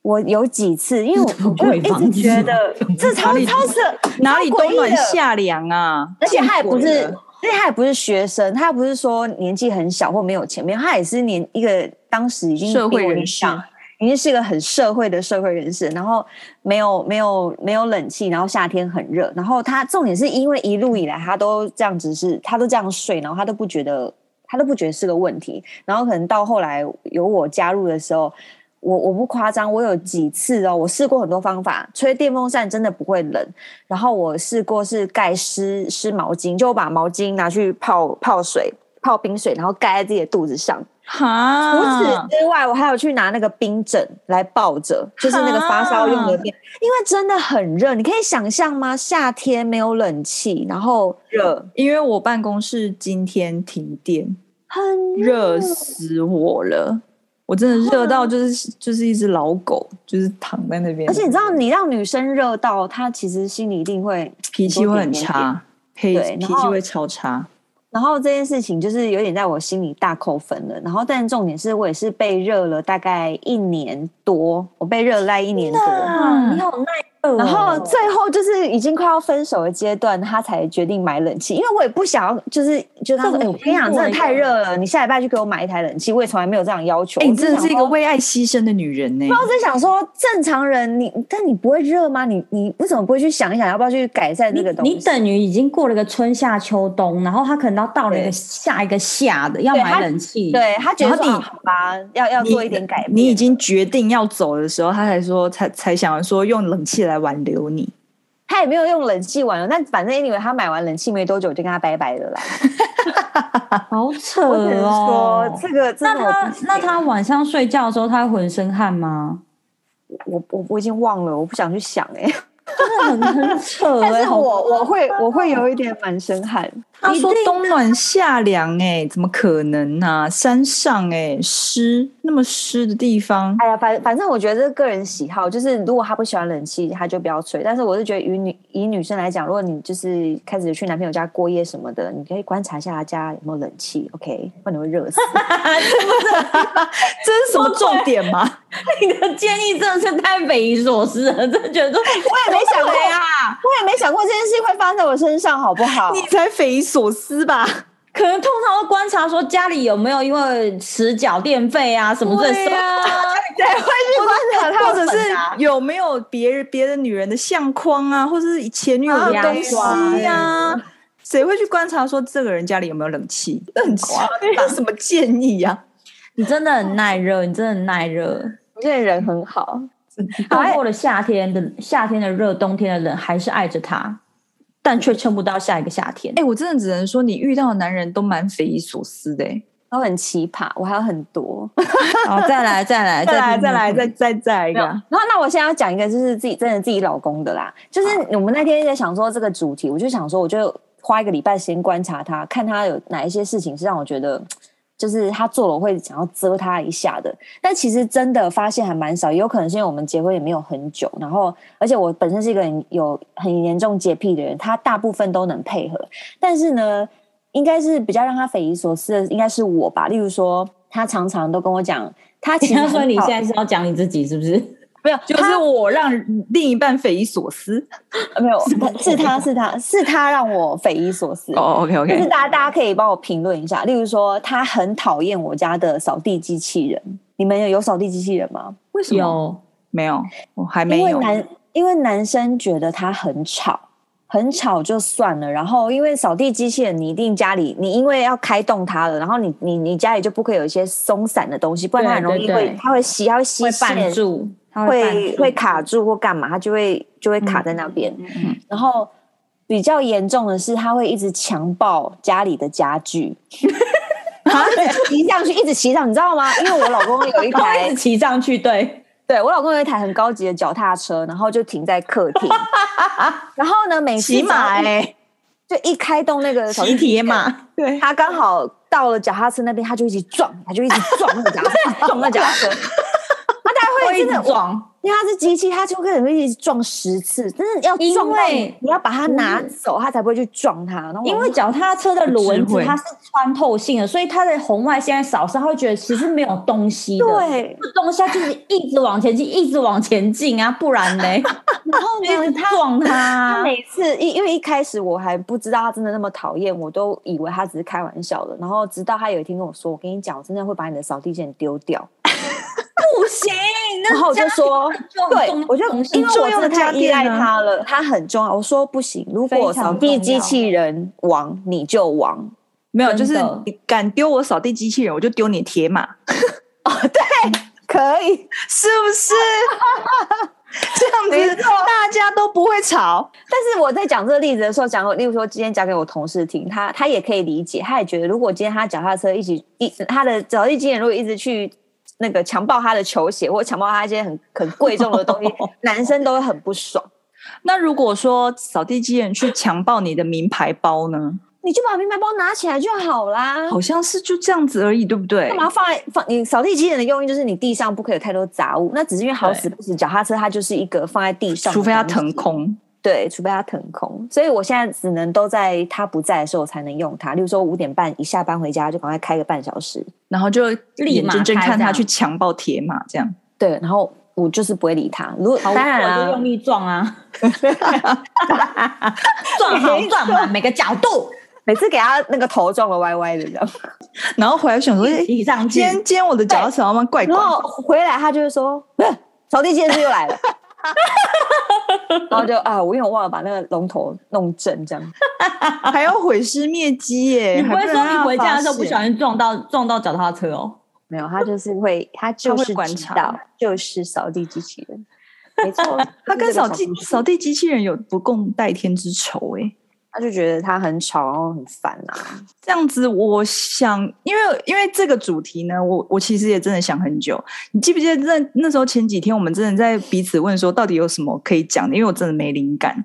Speaker 1: 我有几次，因为我
Speaker 2: 这种
Speaker 1: 我就
Speaker 2: 鬼
Speaker 1: 一直
Speaker 2: 房子
Speaker 1: 觉得这超超扯，
Speaker 3: 哪里
Speaker 1: 超诡异
Speaker 3: 冬暖
Speaker 1: 的
Speaker 3: 夏凉啊？
Speaker 1: 而且他也不是
Speaker 3: 太过了，
Speaker 1: 因为他也不是学生，他也不是说年纪很小或没有钱，没有，他也是年一个当时已经
Speaker 3: 社会人士
Speaker 1: 比我年长，已经是一个很社会的社会人士，然后没有没有没有冷气，然后夏天很热，然后他重点是因为一路以来他都这样子是，他都这样睡，然后他都不觉得他都不觉得是个问题，然后可能到后来有我加入的时候。我我不夸张，我有几次哦，我试过很多方法，吹电风扇真的不会冷，然后我试过是盖湿湿毛巾，就我把毛巾拿去泡泡水、泡冰水，然后盖在自己的肚子上。除
Speaker 3: 哈，
Speaker 1: 此之外，我还有去拿那个冰枕来抱着，就是那个发烧用的
Speaker 3: 啊
Speaker 1: 冰，因为真的很热，你可以想象吗？夏天没有冷气，然后热，
Speaker 3: 因为我办公室今天停电，
Speaker 1: 很热。
Speaker 3: 热死我了。我真的热到就是就是一只老狗，就是躺在那边，
Speaker 1: 哦而且你知道，你让女生热到，她其实心里一定会
Speaker 3: 脾气会很
Speaker 1: 很多点点
Speaker 3: 差，脾
Speaker 1: 对
Speaker 3: 脾
Speaker 1: 然
Speaker 3: 气
Speaker 1: 后
Speaker 3: 会超差。
Speaker 1: 然后这件事情就是有点在我心里大扣分了。然后，但重点是我也是被热了大概一年多，我被热赖一年多。
Speaker 2: 哇，你好耐热、哦。
Speaker 1: 然后最后就是已经快要分手的阶段，他才决定买冷气，因为我也不想要，就是就是他说，
Speaker 2: 这
Speaker 1: 哎、
Speaker 2: 我
Speaker 1: 我跟你讲，真
Speaker 2: 听过
Speaker 1: 的太
Speaker 2: 一个
Speaker 1: 热了，你下礼拜去给我买一台冷气。我也从来没有这样要求。
Speaker 3: 哎、
Speaker 1: 我
Speaker 3: 你真的是一
Speaker 1: 想
Speaker 3: 个
Speaker 1: 说
Speaker 3: 为爱牺牲的女人呢、
Speaker 1: 那我只想说，正常人你，但你不会热吗？你你为什么不会去想一想，要不要去改善这
Speaker 2: 你
Speaker 1: 个东西？
Speaker 2: 你等于已经过了个春夏秋冬，然后他可能要到了一
Speaker 1: 对
Speaker 2: 个下一个夏的，要
Speaker 1: 对
Speaker 2: 买
Speaker 1: 他
Speaker 2: 冷气。
Speaker 1: 对他觉得
Speaker 3: 然后
Speaker 1: 说
Speaker 3: 你
Speaker 1: 啊好吧，要要
Speaker 3: 你
Speaker 1: 做一点改变。
Speaker 3: 你已经决定要走的时候，他才说才才想说用冷气来挽留你。
Speaker 1: 他也没有用冷气玩了，但反正 anyway，他买完冷气没多久就跟他拜拜了啦。
Speaker 2: 好扯
Speaker 1: 我只能
Speaker 2: 哦
Speaker 1: 说。这个，
Speaker 2: 那
Speaker 1: 真的我
Speaker 2: 他
Speaker 1: 不行
Speaker 2: 那他晚上睡觉的时候，他会浑身汗 吗？
Speaker 1: 我我我已经忘了，我不想去想哎、
Speaker 2: 真的很很扯哎、
Speaker 1: 但是
Speaker 2: 好
Speaker 1: 我我会我会有一点满身汗，
Speaker 3: 他说
Speaker 2: 一定
Speaker 3: 冬暖夏凉、哎，怎么可能呢、山上哎、湿那么湿的地方，
Speaker 1: 哎呀，反反正我觉得这个人喜好，就是如果他不喜欢冷气，他就不要吹。但是我是觉得，以女以女生来讲，如果你就是开始去男朋友家过夜什么的，你可以观察一下他家有没有冷气，OK，不然你会热死。
Speaker 3: 这是什么重点吗？
Speaker 2: 你的建议真的是太匪夷所思了，真的觉 得
Speaker 1: 我 也没想过，
Speaker 2: 对啊，
Speaker 1: 我也没想过这件事情会发生在我身上，好不 好？
Speaker 3: 你才匪夷所思 吧？
Speaker 2: 可能通常会观察说家里有没有因为迟缴电费啊什么之类的。
Speaker 1: 对，会去观察他，
Speaker 3: 或者是有没有别别的女人的相框啊，或者是前女友的
Speaker 1: 啊
Speaker 3: 东西
Speaker 1: 对
Speaker 3: 呀、啊？谁会去观察说这个人家里有没有冷气？这很奇怪，什么建议啊呀、
Speaker 2: 你真的很耐热，你真的很耐热。
Speaker 1: 我觉得人很好。
Speaker 2: 度过了夏天的夏天的热，冬天的冷，还是爱着他，但却撑不到下一个夏天
Speaker 3: 哎、。我真的只能说，你遇到的男人都蛮匪夷所思的、 欸。
Speaker 1: 都很奇葩，我还有很多。
Speaker 2: 好，再来，再来，听听看
Speaker 3: 再再来一
Speaker 1: 没有然后，那我现在要讲一个，就是自己真的自己老公的啦。就是我们那天在想说这个主题，我就想说，我就花一个礼拜时间观察他，看他有哪一些事情是让我觉得，就是他做了我会想要遮他一下的。但其实真的发现还蛮少，也有可能是因为我们结婚也没有很久，然后而且我本身是一个很有很严重洁癖的人，他大部分都能配合，但是呢，应该是比较让他匪夷所思的，应该是我吧。例如说，他常常都跟我讲，他其 实
Speaker 2: 你 要说
Speaker 1: 很
Speaker 2: 你
Speaker 1: 讨
Speaker 2: 现在是要讲你自己是不是？
Speaker 1: 没有，
Speaker 3: 就是我让另一半匪夷所思。
Speaker 1: 呃没有，他是他是他是他让我匪夷所思。
Speaker 3: 哦，OK
Speaker 1: 就是
Speaker 3: OK，
Speaker 1: 大家，大家可以帮我评论一下。例如说，他很讨厌我家的扫地机器人。你们有有扫地机器人吗？
Speaker 3: 为什么
Speaker 2: 有，
Speaker 3: 没有？我还没
Speaker 1: 因为
Speaker 3: 有。
Speaker 1: 男，因为男生觉得它很吵，很吵就算了。然后，因为扫地机器人，你一定家里，你因为要开动它了，然后你你你家里就不可以有一些松散的东西，不然它很容易
Speaker 2: 对对
Speaker 1: 会
Speaker 2: 对
Speaker 1: 它会吸，它会吸
Speaker 2: 会
Speaker 1: 线
Speaker 2: 绊住，他
Speaker 1: 会
Speaker 2: 会嗯
Speaker 1: 会
Speaker 2: 绊住。
Speaker 1: 卡住或干嘛，它就会就会卡在那边。然后比较严重的是，他会一直强暴家里的家具， 一直骑上去，一直骑上，你知道吗？因为我老公有一
Speaker 2: 然后一
Speaker 1: 台
Speaker 2: 直，骑上去，对，
Speaker 1: 对我老公有一台很高级的脚踏车，然后就停在客 厅。然后呢，每次
Speaker 3: 骑马
Speaker 1: 只要一就一开动那个手
Speaker 2: 骑
Speaker 1: 机，
Speaker 2: 铁马，
Speaker 3: 对，
Speaker 1: 他刚好到了脚踏车那边，他就一直撞，他就一直撞那个脚踏 车，撞那个脚踏车。他大概
Speaker 2: 会
Speaker 1: 会
Speaker 2: 一
Speaker 1: 真
Speaker 2: 直
Speaker 1: 的，
Speaker 2: 撞。
Speaker 1: 因为它是机器，它就可能会一直撞十次，真的要撞到
Speaker 2: 因
Speaker 1: 你
Speaker 2: 为，嗯
Speaker 1: 你要把它拿走，它才不会去撞它。然后我
Speaker 2: 因为脚踏车的轮
Speaker 3: 智
Speaker 2: 子
Speaker 3: 慧
Speaker 2: 它是穿透性的，所以它的红外线在扫射，它会觉得其实没有东西的。
Speaker 1: 对，
Speaker 2: 这东西它就是一直往前进，一直往前进啊，不 然嘞，
Speaker 1: 然后
Speaker 2: 一直
Speaker 1: 呢，它
Speaker 2: 撞它
Speaker 1: 它
Speaker 2: 啊。
Speaker 1: 每次一因为一开始我还不知道他真的那么讨厌，我都以为他只是开玩笑的。然后直到他有一天跟我说：“我跟你讲，我真的会把你的扫地线丢掉。
Speaker 2: 不行，”
Speaker 1: 然后我就说。 对，我就因为我
Speaker 3: 重要
Speaker 1: 真
Speaker 3: 的
Speaker 1: 的太
Speaker 3: 家
Speaker 1: 依
Speaker 3: 电
Speaker 1: 赖
Speaker 3: 啊
Speaker 1: 他了，他很重要。我说不行，如果
Speaker 2: 非常
Speaker 1: 扫地
Speaker 2: 重
Speaker 1: 机
Speaker 2: 要
Speaker 1: 器人亡，你就亡。
Speaker 3: 没有，
Speaker 2: 真
Speaker 3: 就是
Speaker 2: 的
Speaker 3: 你敢丢我扫地机器人，我就丢你铁马，
Speaker 1: 可以，
Speaker 3: 是不是？ 这样
Speaker 1: 没
Speaker 3: 子大家都不会吵。
Speaker 1: 但是我在讲这个例子的时候，讲例如说今天讲给我同事听，他他也可以理解，他也觉得如果今天他脚踏车一起一他的脚地经人如果一直去那个强暴他的球鞋或强暴他一些很很贵重的东西，男生都会很不爽。
Speaker 3: 那如果说扫地机器人去强暴你的名牌包呢？
Speaker 1: 你就把名牌包拿起来就好啦，
Speaker 3: 好像是就这样子而已，对不对
Speaker 1: 干？嘛放在放你扫地机器人的用意就是你地上不可以有太多杂物，那只是因为好死不死脚踏车它就是一个放在地上的东西，
Speaker 3: 除非它腾空。
Speaker 1: 对，除非他腾空，所以我现在只能都在他不在的时候我才能用它。例如说五点半一下班回家就赶快开个半小时，
Speaker 3: 然后就
Speaker 2: 立
Speaker 3: 眼
Speaker 2: 马
Speaker 3: 睁睁
Speaker 2: 开这
Speaker 3: 看他
Speaker 2: 样
Speaker 3: 去强暴铁马这样。
Speaker 1: 对，然后我就是不会理他。如果
Speaker 2: 好，
Speaker 1: 当然
Speaker 2: 我就
Speaker 1: 啊
Speaker 2: 用，力撞啊， 撞好撞满每个角度，
Speaker 1: 每次给他那个头撞的歪歪的这样，
Speaker 3: 然后回来想说，哎，
Speaker 2: 一起上去
Speaker 3: 今。天今天我的脚什么怪怪
Speaker 1: 然，后回来他就会说，呃扫地机器人又来了。 然后就啊，我因为我忘了把那个龙头弄正，这样
Speaker 3: 还要毁尸灭迹耶！
Speaker 2: 你不会
Speaker 3: 还
Speaker 2: 说
Speaker 3: 能让
Speaker 2: 你
Speaker 3: 他
Speaker 2: 回家的时候
Speaker 3: 发
Speaker 2: 不
Speaker 3: 现
Speaker 2: 小心撞到撞到脚踏车哦？
Speaker 1: 没有，他就是会，他就
Speaker 3: 会
Speaker 1: 是
Speaker 3: 观
Speaker 1: 知
Speaker 3: 察
Speaker 1: 道，就是扫地机器人，没错，
Speaker 3: 他
Speaker 1: 就是这个
Speaker 3: 跟扫地
Speaker 1: 故事
Speaker 3: 扫地机器人有不共戴天之仇哎、
Speaker 1: 他就觉得他很吵，然后很烦啊。
Speaker 3: 这样子，我想，因为因为这个主题呢，我我其实也真的想很久。你记不记得那那时候前几天我们真的在彼此问说，到底有什么可以讲的？因为我真的没灵感。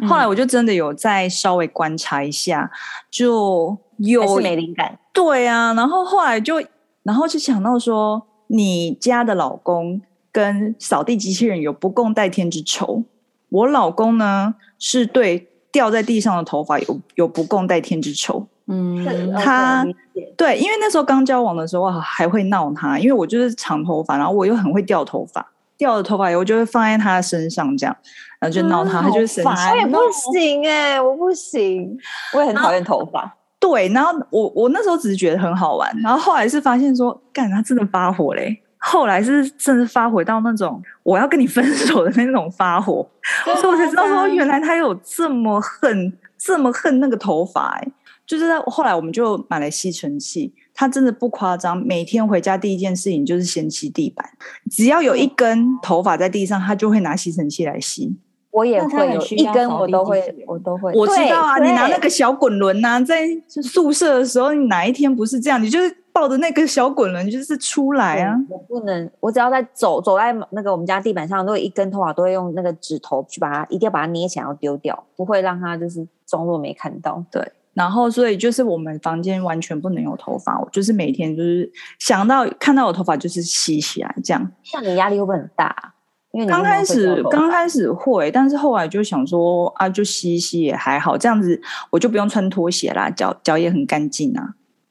Speaker 2: 嗯
Speaker 3: 后来我就真的有再稍微观察一下，就
Speaker 1: 还
Speaker 3: 有
Speaker 1: 是没灵感，
Speaker 3: 对啊，然后后来就，然后就想到说，你家的老公跟扫地机器人有不共戴天之仇。我老公呢，是对掉在地上的头发有有不共戴天之仇。
Speaker 1: 对
Speaker 2: 嗯，
Speaker 3: 他
Speaker 1: OK，理呃解
Speaker 3: 对，因为那时候刚交往的时候啊还会闹他，因为我就是长头发，然后我又很会掉头发，掉了头发以后就会放在他的身上这样，然后就闹他，
Speaker 2: 嗯
Speaker 3: 他就会生
Speaker 2: 好
Speaker 3: 气
Speaker 2: 烦。
Speaker 1: 我也不行哎、我不行，啊我也很讨厌头发。
Speaker 3: 对，然后我我那时候只是觉得很好玩，然后后来是发现说，干他真的发火嘞、后来是甚至发火到那种我要跟你分手的那种发火，所以我才知道说原来他有这么恨这么恨那个头发、欸，就是在后来我们就买了吸尘器，他真的不夸张，每天回家第一件事情就是先吸地板，只要有一根头发在地上，他就会拿吸尘器来吸。
Speaker 1: 我也
Speaker 2: 那他
Speaker 1: 会
Speaker 2: 很
Speaker 1: 有
Speaker 2: 需
Speaker 1: 一
Speaker 2: 要
Speaker 1: 根，
Speaker 2: 扫
Speaker 1: 我
Speaker 2: 地
Speaker 1: 都
Speaker 2: 机器
Speaker 1: 会，
Speaker 2: 人
Speaker 1: 我都会。
Speaker 3: 我知道啊，
Speaker 1: 对
Speaker 3: 你拿那个小滚轮呐、在宿舍的时候，你哪一天不是这样？你就是抱着那个小滚轮，就是出来啊。
Speaker 1: 对我不能，我只要在走走在那个我们家地板上，如果一根头发都会用那个指头去把它，一定要把它捏起来，要丢掉，不会让它就是装作没看到。
Speaker 3: 然后，所以就是我们房间完全不能有头发，我就是每天就是想到看到有头发就是吸起来这样。
Speaker 1: 像你压力会不会很大、啊？因为你
Speaker 3: 刚
Speaker 1: 那么
Speaker 3: 开
Speaker 1: 会掉
Speaker 3: 始
Speaker 1: 头发
Speaker 3: 刚开始会，但是后来就想说啊，就吸一吸也还好，这样子我就不用穿拖鞋啦，脚脚也很干净啊。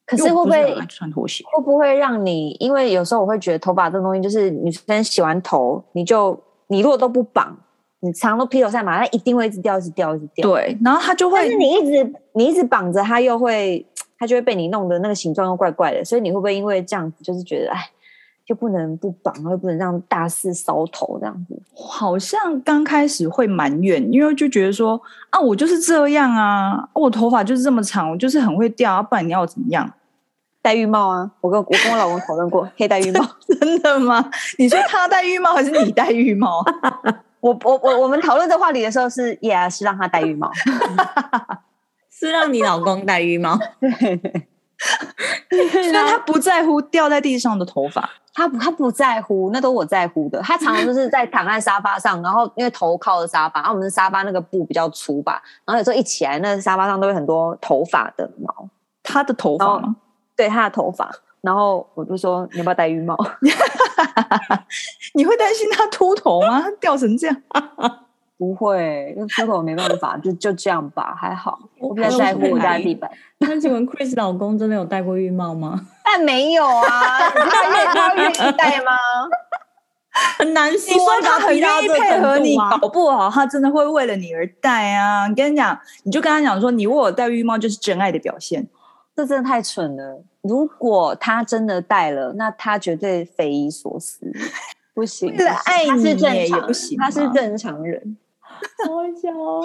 Speaker 1: 可
Speaker 3: 因
Speaker 1: 是
Speaker 3: 为
Speaker 1: 会
Speaker 3: 我
Speaker 1: 不
Speaker 3: 不是
Speaker 1: 会
Speaker 3: 很爱穿拖鞋？
Speaker 1: 会不会让你？因为有时候我会觉得头发这东西，就是女生洗完头，你就你如果都不绑，你常都披头散发，它一定会一直掉，一直掉，一直掉。，
Speaker 3: 对，然后他就
Speaker 1: 但
Speaker 3: 会
Speaker 1: 是你一直你一直绑着它，又会它就会被你弄的那个形状又怪怪的，所以你会不会因为这样子就是觉得哎，就不能不绑，又不能让大肆搔头这样子？
Speaker 3: 好像刚开始会埋怨，因为就觉得说啊，我就是这样啊，我头发就是这么长，我就是很会掉，啊、不然你要我怎么样？
Speaker 1: 戴浴帽啊，我跟我跟我老公讨论过黑戴浴帽，
Speaker 3: 真的吗？你说他戴浴帽还是你戴 浴帽？
Speaker 2: 啊
Speaker 1: 我我我我们讨论这话题的时候是也、yeah, 是让他戴浴帽，
Speaker 2: 是让你老公戴浴帽，啊
Speaker 3: 所以他不在乎掉在地上的头发，
Speaker 1: 他不，他不在乎，那都我在乎的。他常常就是在躺在沙发上，然后因为头靠着沙发，然后我们的沙发那个布比较粗吧，然后有时候一起来，那沙发上都会很多头发的毛，
Speaker 3: 他的头
Speaker 2: 哦
Speaker 3: 发吗？
Speaker 1: 对他的头发。然后我就说你要不要戴浴帽？
Speaker 3: 你会担心他秃头吗？他掉成这样，
Speaker 1: 不会，那出口没办法，就就这样吧，还好。我比较
Speaker 2: 我
Speaker 1: 在乎我家
Speaker 2: 还
Speaker 1: 地板，
Speaker 2: 那请问 Chris 老公真的有戴过浴帽 吗？
Speaker 1: 但没有啊，你他愿他愿意戴吗？
Speaker 2: 很难说
Speaker 3: 你说他很
Speaker 2: 比到
Speaker 3: 愿意
Speaker 2: 这
Speaker 3: 配合
Speaker 2: 程
Speaker 3: 你，
Speaker 2: 度啊
Speaker 3: 搞不好他真的会为了你而戴啊！你跟你讲，你就跟他讲说，你为我戴浴帽就是真爱的表现。
Speaker 1: 这真的太蠢了。如果他真的戴了，那他绝对匪夷所思，不行。
Speaker 3: 为了
Speaker 1: 不行
Speaker 3: 爱
Speaker 1: 他
Speaker 3: 你
Speaker 1: 是
Speaker 3: 也
Speaker 1: 正常
Speaker 3: 不
Speaker 1: 人
Speaker 3: 行
Speaker 1: 他是
Speaker 3: 吗
Speaker 1: 正常人。
Speaker 2: 好笑哦。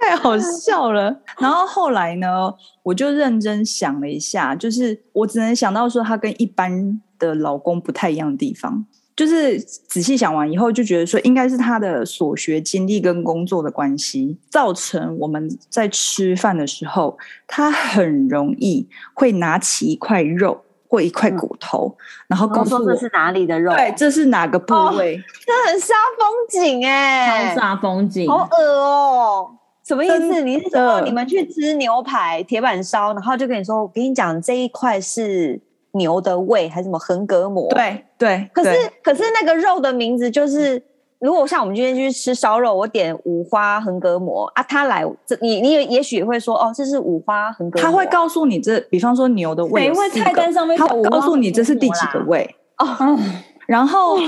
Speaker 3: 太好笑了。然后后来呢，我就认真想了一下，就是我只能想到说，他跟一般的老公不太一样的地方，就是仔细想完以后，就觉得说，应该是他的所学经历跟工作的关系，造成我们在吃饭的时候，他很容易会拿起一块肉或一
Speaker 1: 嗯
Speaker 3: 块骨头，然后
Speaker 1: 我
Speaker 3: 告诉我，
Speaker 1: 哪里的肉哦
Speaker 3: 对，这是哪个部位。
Speaker 1: 这很杀风景哎、
Speaker 2: 超煞风景，
Speaker 1: 好恶哦、什么意思？
Speaker 3: 真
Speaker 1: 你是
Speaker 3: 的
Speaker 1: 说你们去吃牛排、铁板烧，然后就跟你说，我跟你讲这一块是牛的胃还是什么横膈膜？。
Speaker 3: 对对，
Speaker 1: 可
Speaker 3: 对
Speaker 1: 是可是那个肉的名字就是如果像我们今天去吃烧肉，我点五花横膈膜啊，他来这你你也也许也会说哦，这是五花横膈膜，
Speaker 3: 他会告诉你这，比方说牛的胃
Speaker 2: 谁
Speaker 3: 有
Speaker 2: 会
Speaker 3: 四
Speaker 2: 菜
Speaker 3: 个
Speaker 2: 单上面
Speaker 3: 他
Speaker 2: 写
Speaker 3: 会
Speaker 2: 五
Speaker 3: 告
Speaker 2: 花
Speaker 3: 诉你这是第
Speaker 2: 红
Speaker 3: 几
Speaker 2: 火
Speaker 3: 个
Speaker 2: 啦
Speaker 3: 位，
Speaker 2: 嗯
Speaker 3: 然后，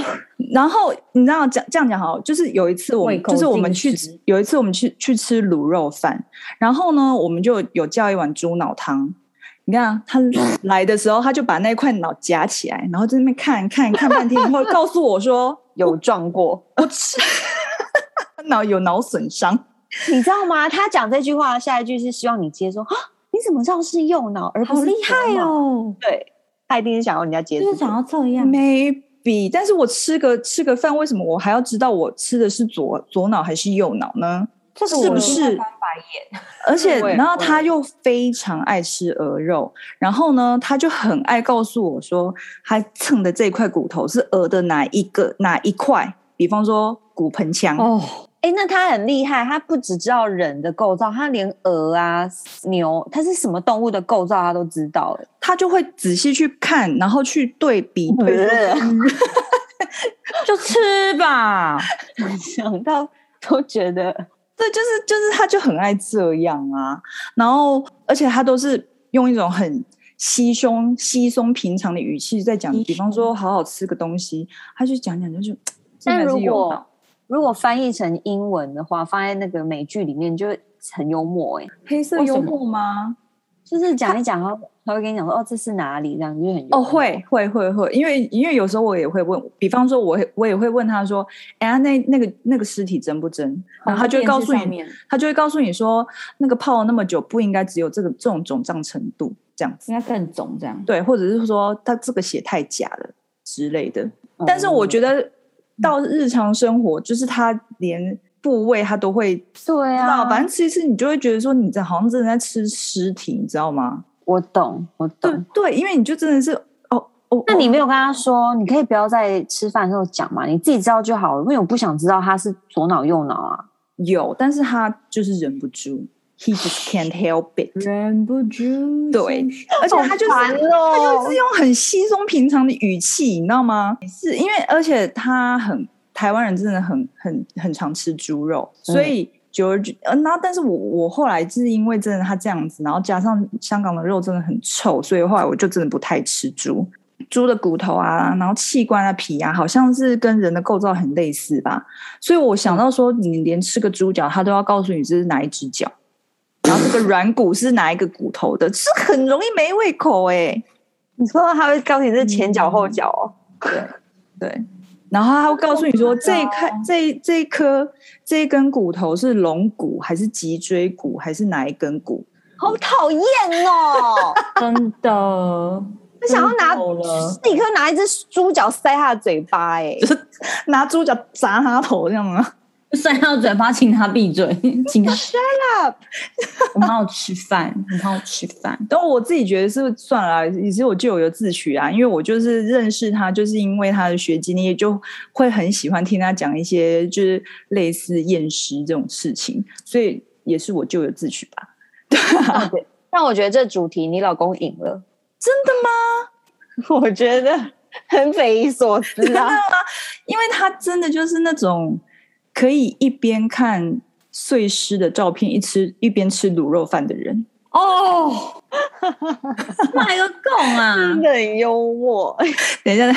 Speaker 3: 然后你知道这样这样讲好，就是有一次我
Speaker 2: 胃
Speaker 3: 们
Speaker 2: 口
Speaker 3: 就是我们
Speaker 2: 进
Speaker 3: 去
Speaker 2: 食
Speaker 3: 吃有一次我们去去吃卤肉饭，然后呢，我们就有叫一碗猪脑汤。你看 啊他来的时候，他就把那块脑夹起来，然后在那边看看看半天，然后告诉我说
Speaker 1: 有撞过，
Speaker 3: 他脑有脑损伤。
Speaker 1: 你知道吗？他讲这句话，下一句是希望你接说啊，你怎么知道是右脑而
Speaker 3: 啊
Speaker 1: 不
Speaker 2: 好
Speaker 1: 是
Speaker 2: 厉
Speaker 1: 左
Speaker 2: 害
Speaker 1: 脑？
Speaker 2: 哦！
Speaker 1: 对，他一定是想要人家接
Speaker 2: 就
Speaker 1: 住
Speaker 2: 是。想要这样，
Speaker 3: Maybe，但是我吃个吃个饭，为什么我还要知道我吃的是左左脑还是右脑呢？
Speaker 2: 这个
Speaker 3: 是
Speaker 2: 我
Speaker 3: 不
Speaker 2: 一定会
Speaker 3: 是
Speaker 2: 翻白眼？
Speaker 3: 而且
Speaker 1: 对，
Speaker 3: 然后
Speaker 1: 对
Speaker 3: 他又非常爱吃鹅肉，然后呢，他就很爱告诉我说，他蹭的这块骨头是鹅的哪一个哪一块，比方说骨盆腔，
Speaker 2: 哦，
Speaker 1: 哎、那他很厉害，他不只知道人的构造，他连鹅啊、牛，它是什么动物的构造，他都知道。 哎，
Speaker 3: 他就会仔细去看，然后去对比对 说。
Speaker 2: 就吃吧。
Speaker 1: 想到都觉得
Speaker 3: 对，就是就是，他就很爱这样啊。然后，而且他都是用一种很稀松稀松平常的语气在讲
Speaker 2: 稀，
Speaker 3: 比方说好好吃个东西，他就讲讲就是。这
Speaker 1: 但
Speaker 3: 还是
Speaker 1: 如
Speaker 3: 有
Speaker 1: 果
Speaker 3: 脑
Speaker 1: 如果翻译成英文的话，放在那个美剧里面就很幽默、哎，
Speaker 3: 黑色
Speaker 2: 为什
Speaker 3: 幽
Speaker 2: 么
Speaker 3: 默吗？
Speaker 1: 就是讲一讲，他他会跟你讲说，哦，这是哪里，这样就很幽默
Speaker 3: 哦，会会会会，因为因为有时候我也会问，比方说我会我也会问他说，哎呀，那那个那个尸体真不真？然后他就会告诉
Speaker 2: 哦电视上
Speaker 3: 你，
Speaker 2: 面
Speaker 3: 他就会告诉你说，那个泡了那么久，不应该只有这个这种肿胀程度这样子，
Speaker 2: 应该更肿这样。
Speaker 3: 对，或者是说他这个血太假了之类的。
Speaker 1: 嗯
Speaker 3: 但是我觉得到日常生活，就是他连部位他都会知
Speaker 1: 对
Speaker 3: 道，
Speaker 1: 啊，
Speaker 3: 反正吃一吃，你就会觉得说，你这好像真的在吃尸体，你知道吗？
Speaker 1: 我懂，我
Speaker 3: 对
Speaker 1: 懂。
Speaker 3: 对，因为你就真的是哦哦，
Speaker 1: 那
Speaker 3: 哦
Speaker 1: 你没有跟他说，你可以不要在吃饭的时候讲嘛，你自己知道就好了。因为我不想知道他是左脑右脑啊。
Speaker 3: 有，但是他就是忍不住，he just can't help it。
Speaker 2: 忍不住
Speaker 3: 对而且他就是、
Speaker 1: 哦
Speaker 3: 他就是用很稀松平常的语气，你知道吗？是因为而且他很台湾人，真的很很很常吃猪肉，所以久而久呃，那但是我我后来就是因为真的他这样子，然后加上香港的肉真的很臭，所以后来我就真的不太吃猪。猪的骨头啊，然后器官啊、皮啊，好像是跟人的构造很类似吧，所以我想到说，你连吃个猪脚，他都要告诉你这是哪一只脚，然后这个软骨是哪一个骨头的，这很容易没胃口哎、
Speaker 1: 你说他会告诉你是前脚后脚哦，
Speaker 3: 嗯对，然后他会告诉你说，这一块、这一这一颗、这一根骨头是龙骨还是脊椎骨还是哪一根骨？
Speaker 1: 好讨厌 哦！
Speaker 2: 真 的，
Speaker 1: 我想要拿
Speaker 2: 够了，
Speaker 1: 立刻拿一只猪脚塞他的嘴巴、哎，
Speaker 3: 拿猪脚砸他头这样吗？
Speaker 2: 塞到嘴巴，请他闭嘴，请他 shut
Speaker 3: up
Speaker 2: 我们要吃饭，我们要吃饭。
Speaker 3: 但我自己觉得是算了啊，也是我咎由自取啊，因为我就是认识他，就是因为他的学经历，就会很喜欢听他讲一些就是类似验尸这种事情，所以也是我咎由自取吧。
Speaker 1: 但我觉得这主题你老公赢了，真 的吗？我觉得很匪夷所思啊！
Speaker 3: 因为他真的就是那种可以一边看碎尸的照片，一吃一边吃卤肉饭的人。
Speaker 2: 哦，卖个供啊！
Speaker 1: 的 很幽默，
Speaker 3: 等一下，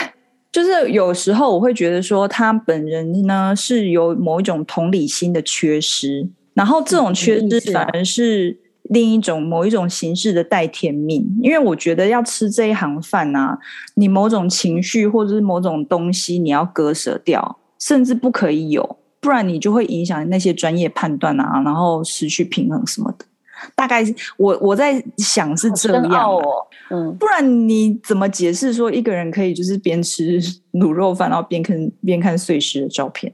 Speaker 3: 就是有时候我会觉得说，他本人呢是有某一种同理心的缺失，然后这种缺
Speaker 2: 嗯意
Speaker 3: 失
Speaker 2: 识啊
Speaker 3: 反而是另一种某一种形式的带天命。因为我觉得要吃这一行饭啊，你某种情绪或者是某种东西，你要割舍掉，甚至不可以有，不然你就会影响那些专业判断啊，然后失去平衡什么的。大概是我我在想是这样、
Speaker 1: 深
Speaker 3: 啊
Speaker 1: 奥，哦。 嗯，
Speaker 3: 不然你怎么解释说一个人可以就是边吃 卤肉饭，然后边看边看碎尸的照片？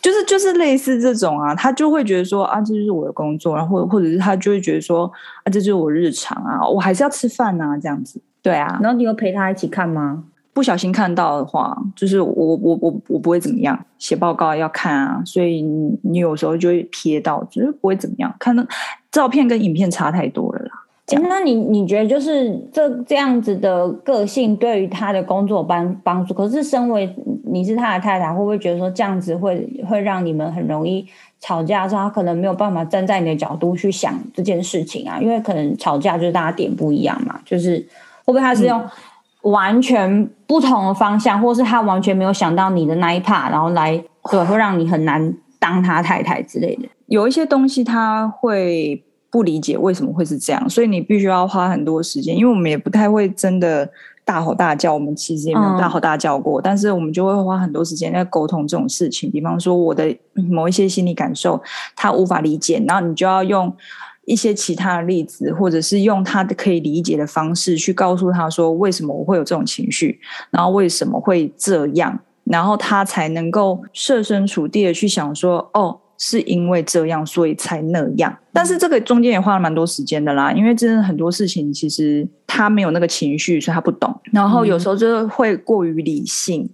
Speaker 3: 就是就是类似这种啊，他就会觉得说啊，这就是我的工作，然后或或者是他就会觉得说啊，这就是我日常啊，我还是要吃饭啊，这样子。对啊，
Speaker 2: 然后你有陪他一起看吗？
Speaker 3: 不小心看到的话，就是我我我我不会怎么样，写报告要看啊，所以你你有时候就会瞥到，就是不会怎么样，看到照片跟影片差太多了啦。
Speaker 1: 这
Speaker 2: 诶那你你觉得就是这这样子的个性对于他的工作帮帮助？可是身为嗯你是他的太太，会不会觉得说这样子会会让你们很容易吵架的时候？他可能没有办法站在你的角度去想这件事情啊，因为可能吵架就是大家点不一样嘛，就是会不会他是用完全不同的方向，或是他完全没有想到你的那一 part，然后来对会让你很难当他太太之类的。
Speaker 3: 有一些东西他会不理解为什么会是这样，所以你必须要花很多时间，因为我们也不太会真的大吼大叫，我们其实也没有
Speaker 2: 嗯
Speaker 3: 大吼大叫过，但是我们就会花很多时间在沟通这种事情。比方说我的某一些心理感受，他无法理解，然后你就要用。一些其他的例子，或者是用他的可以理解的方式去告诉他说，为什么我会有这种情绪，然后为什么会这样，然后他才能够设身处地的去想说，哦，是因为这样，所以才那样。但是这个中间也花了蛮多时间的啦，因为真的很多事情其实他没有那个情绪，所以他不懂。然后有时候就是会过于理性，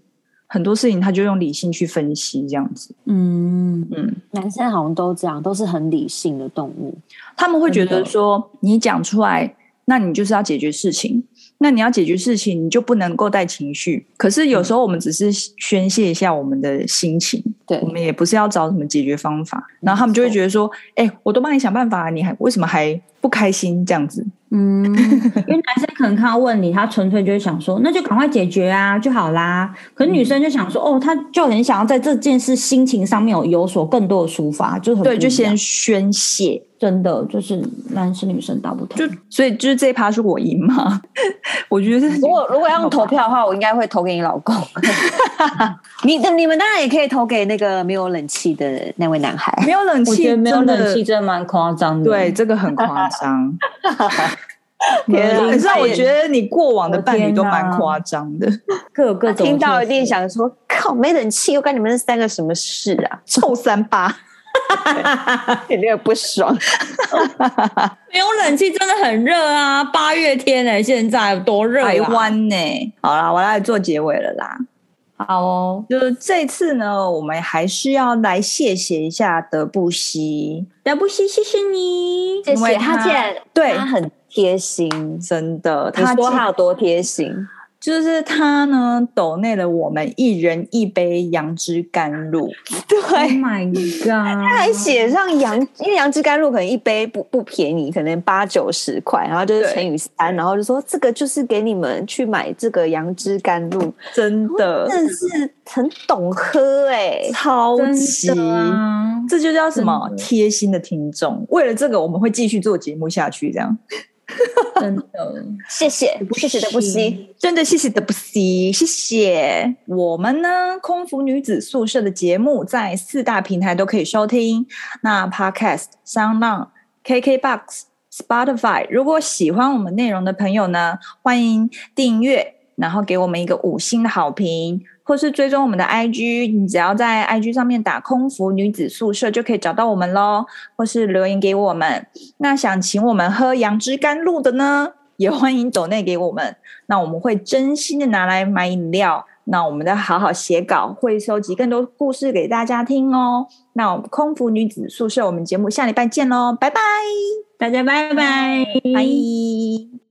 Speaker 3: 很多事情他就用理性去分析这样子。
Speaker 2: 嗯，
Speaker 3: 嗯，
Speaker 1: 男生好像都这样，都是很理性的动物。
Speaker 3: 他们会觉
Speaker 2: 真
Speaker 3: 得
Speaker 2: 的
Speaker 3: 说，你讲出来，那你就是要解决事情。那你要解决事情，你就不能够带情绪。可是有时候我们只是宣泄一下我们的心情，
Speaker 1: 对
Speaker 3: 我，们也不是要找什么解决方法。然后他们就会觉得说：“哎、我都帮你想办法，你还为什么还不开心？”这样子，
Speaker 2: 嗯，因为男生可能看到问题，他纯粹就是想说，那就赶快解决啊，就好啦。可是女生就想
Speaker 3: 嗯
Speaker 2: 说，哦，她就很想要在这件事心情上面有有所更多的抒发，就是很
Speaker 3: 对，
Speaker 2: 不
Speaker 3: 就
Speaker 2: 一样
Speaker 3: 先宣泄。
Speaker 2: 真的就是男生女生大不同，
Speaker 3: 就所以就是这一趴是我赢嘛？ 我觉得
Speaker 1: 如果如果要用投票的话，我应该会投给你老 公。你你们当然也可以投给那个没有冷气的那位 男孩。
Speaker 3: 没有冷
Speaker 2: 我
Speaker 3: 气，
Speaker 2: 觉得没有
Speaker 3: 真的
Speaker 2: 冷气真的蛮夸张的。
Speaker 3: 对，这个很 夸张。
Speaker 2: 天啊
Speaker 3: 可是我觉得你过往的伴侣都
Speaker 2: 我天啊
Speaker 3: 蛮
Speaker 2: 哪
Speaker 3: 夸张的，
Speaker 2: 各有各
Speaker 1: 他
Speaker 2: 种
Speaker 1: 听到一定
Speaker 2: 特色
Speaker 1: 想说：“靠，没冷气又干你们这三个什么事 啊
Speaker 3: 臭三八。？”
Speaker 1: 有点不爽。
Speaker 2: 没有冷气真的很热啊，八月天哎、现在有多热、啊。
Speaker 3: 台湾呢、好啦，我来做结尾了啦。
Speaker 2: 好哦，
Speaker 3: 就是这次呢，我们还是要来谢谢一下德布西，
Speaker 2: 德布西，谢谢你。
Speaker 1: 谢
Speaker 3: 因为
Speaker 1: 谢他
Speaker 3: 他
Speaker 1: 竟然
Speaker 3: 对
Speaker 1: 他很贴心。
Speaker 3: 真的，
Speaker 1: 你
Speaker 3: 他
Speaker 1: 说他有多贴心？
Speaker 3: 就是他呢，抖内了我们一人一杯杨枝甘露，
Speaker 2: Oh
Speaker 1: 对。
Speaker 2: my god！
Speaker 1: 他还写上杨，因为杨枝甘露可能一杯不不便宜，可能八九十块，然后就是
Speaker 3: 对
Speaker 1: 乘以三，然后就说这个就是给你们去买这个杨枝甘露，
Speaker 3: 真的
Speaker 1: 真的是很懂喝哎、
Speaker 3: 超级
Speaker 2: 真的啊
Speaker 3: 这就叫什么
Speaker 2: 真的
Speaker 3: 贴心的听众。为了这个，我们会继续做节目下去。这样，
Speaker 2: 真的，
Speaker 1: 谢谢，谢谢的不惜。
Speaker 3: 真的谢谢德布西，谢谢。我们呢，空服女子宿舍的节目在四大平台都可以收听，那 Podcast、Sound On、KKBox、Spotify。如果喜欢我们内容的朋友呢，欢迎订阅，然后给我们一个五星的好评，或是追踪我们的 IG。你只要在 IG 上面打“空服女子宿舍”就可以找到我们喽，或是留言给我们。那想请我们喝杨枝甘露的呢，也欢迎抖内给我们，那我们会真心的拿来买饮料。那我们再好好写稿，会收集更多故事给大家听哦。那我们空服女子宿舍，我们节目下礼拜见喽，拜拜，
Speaker 2: 大家拜拜，
Speaker 3: 拜。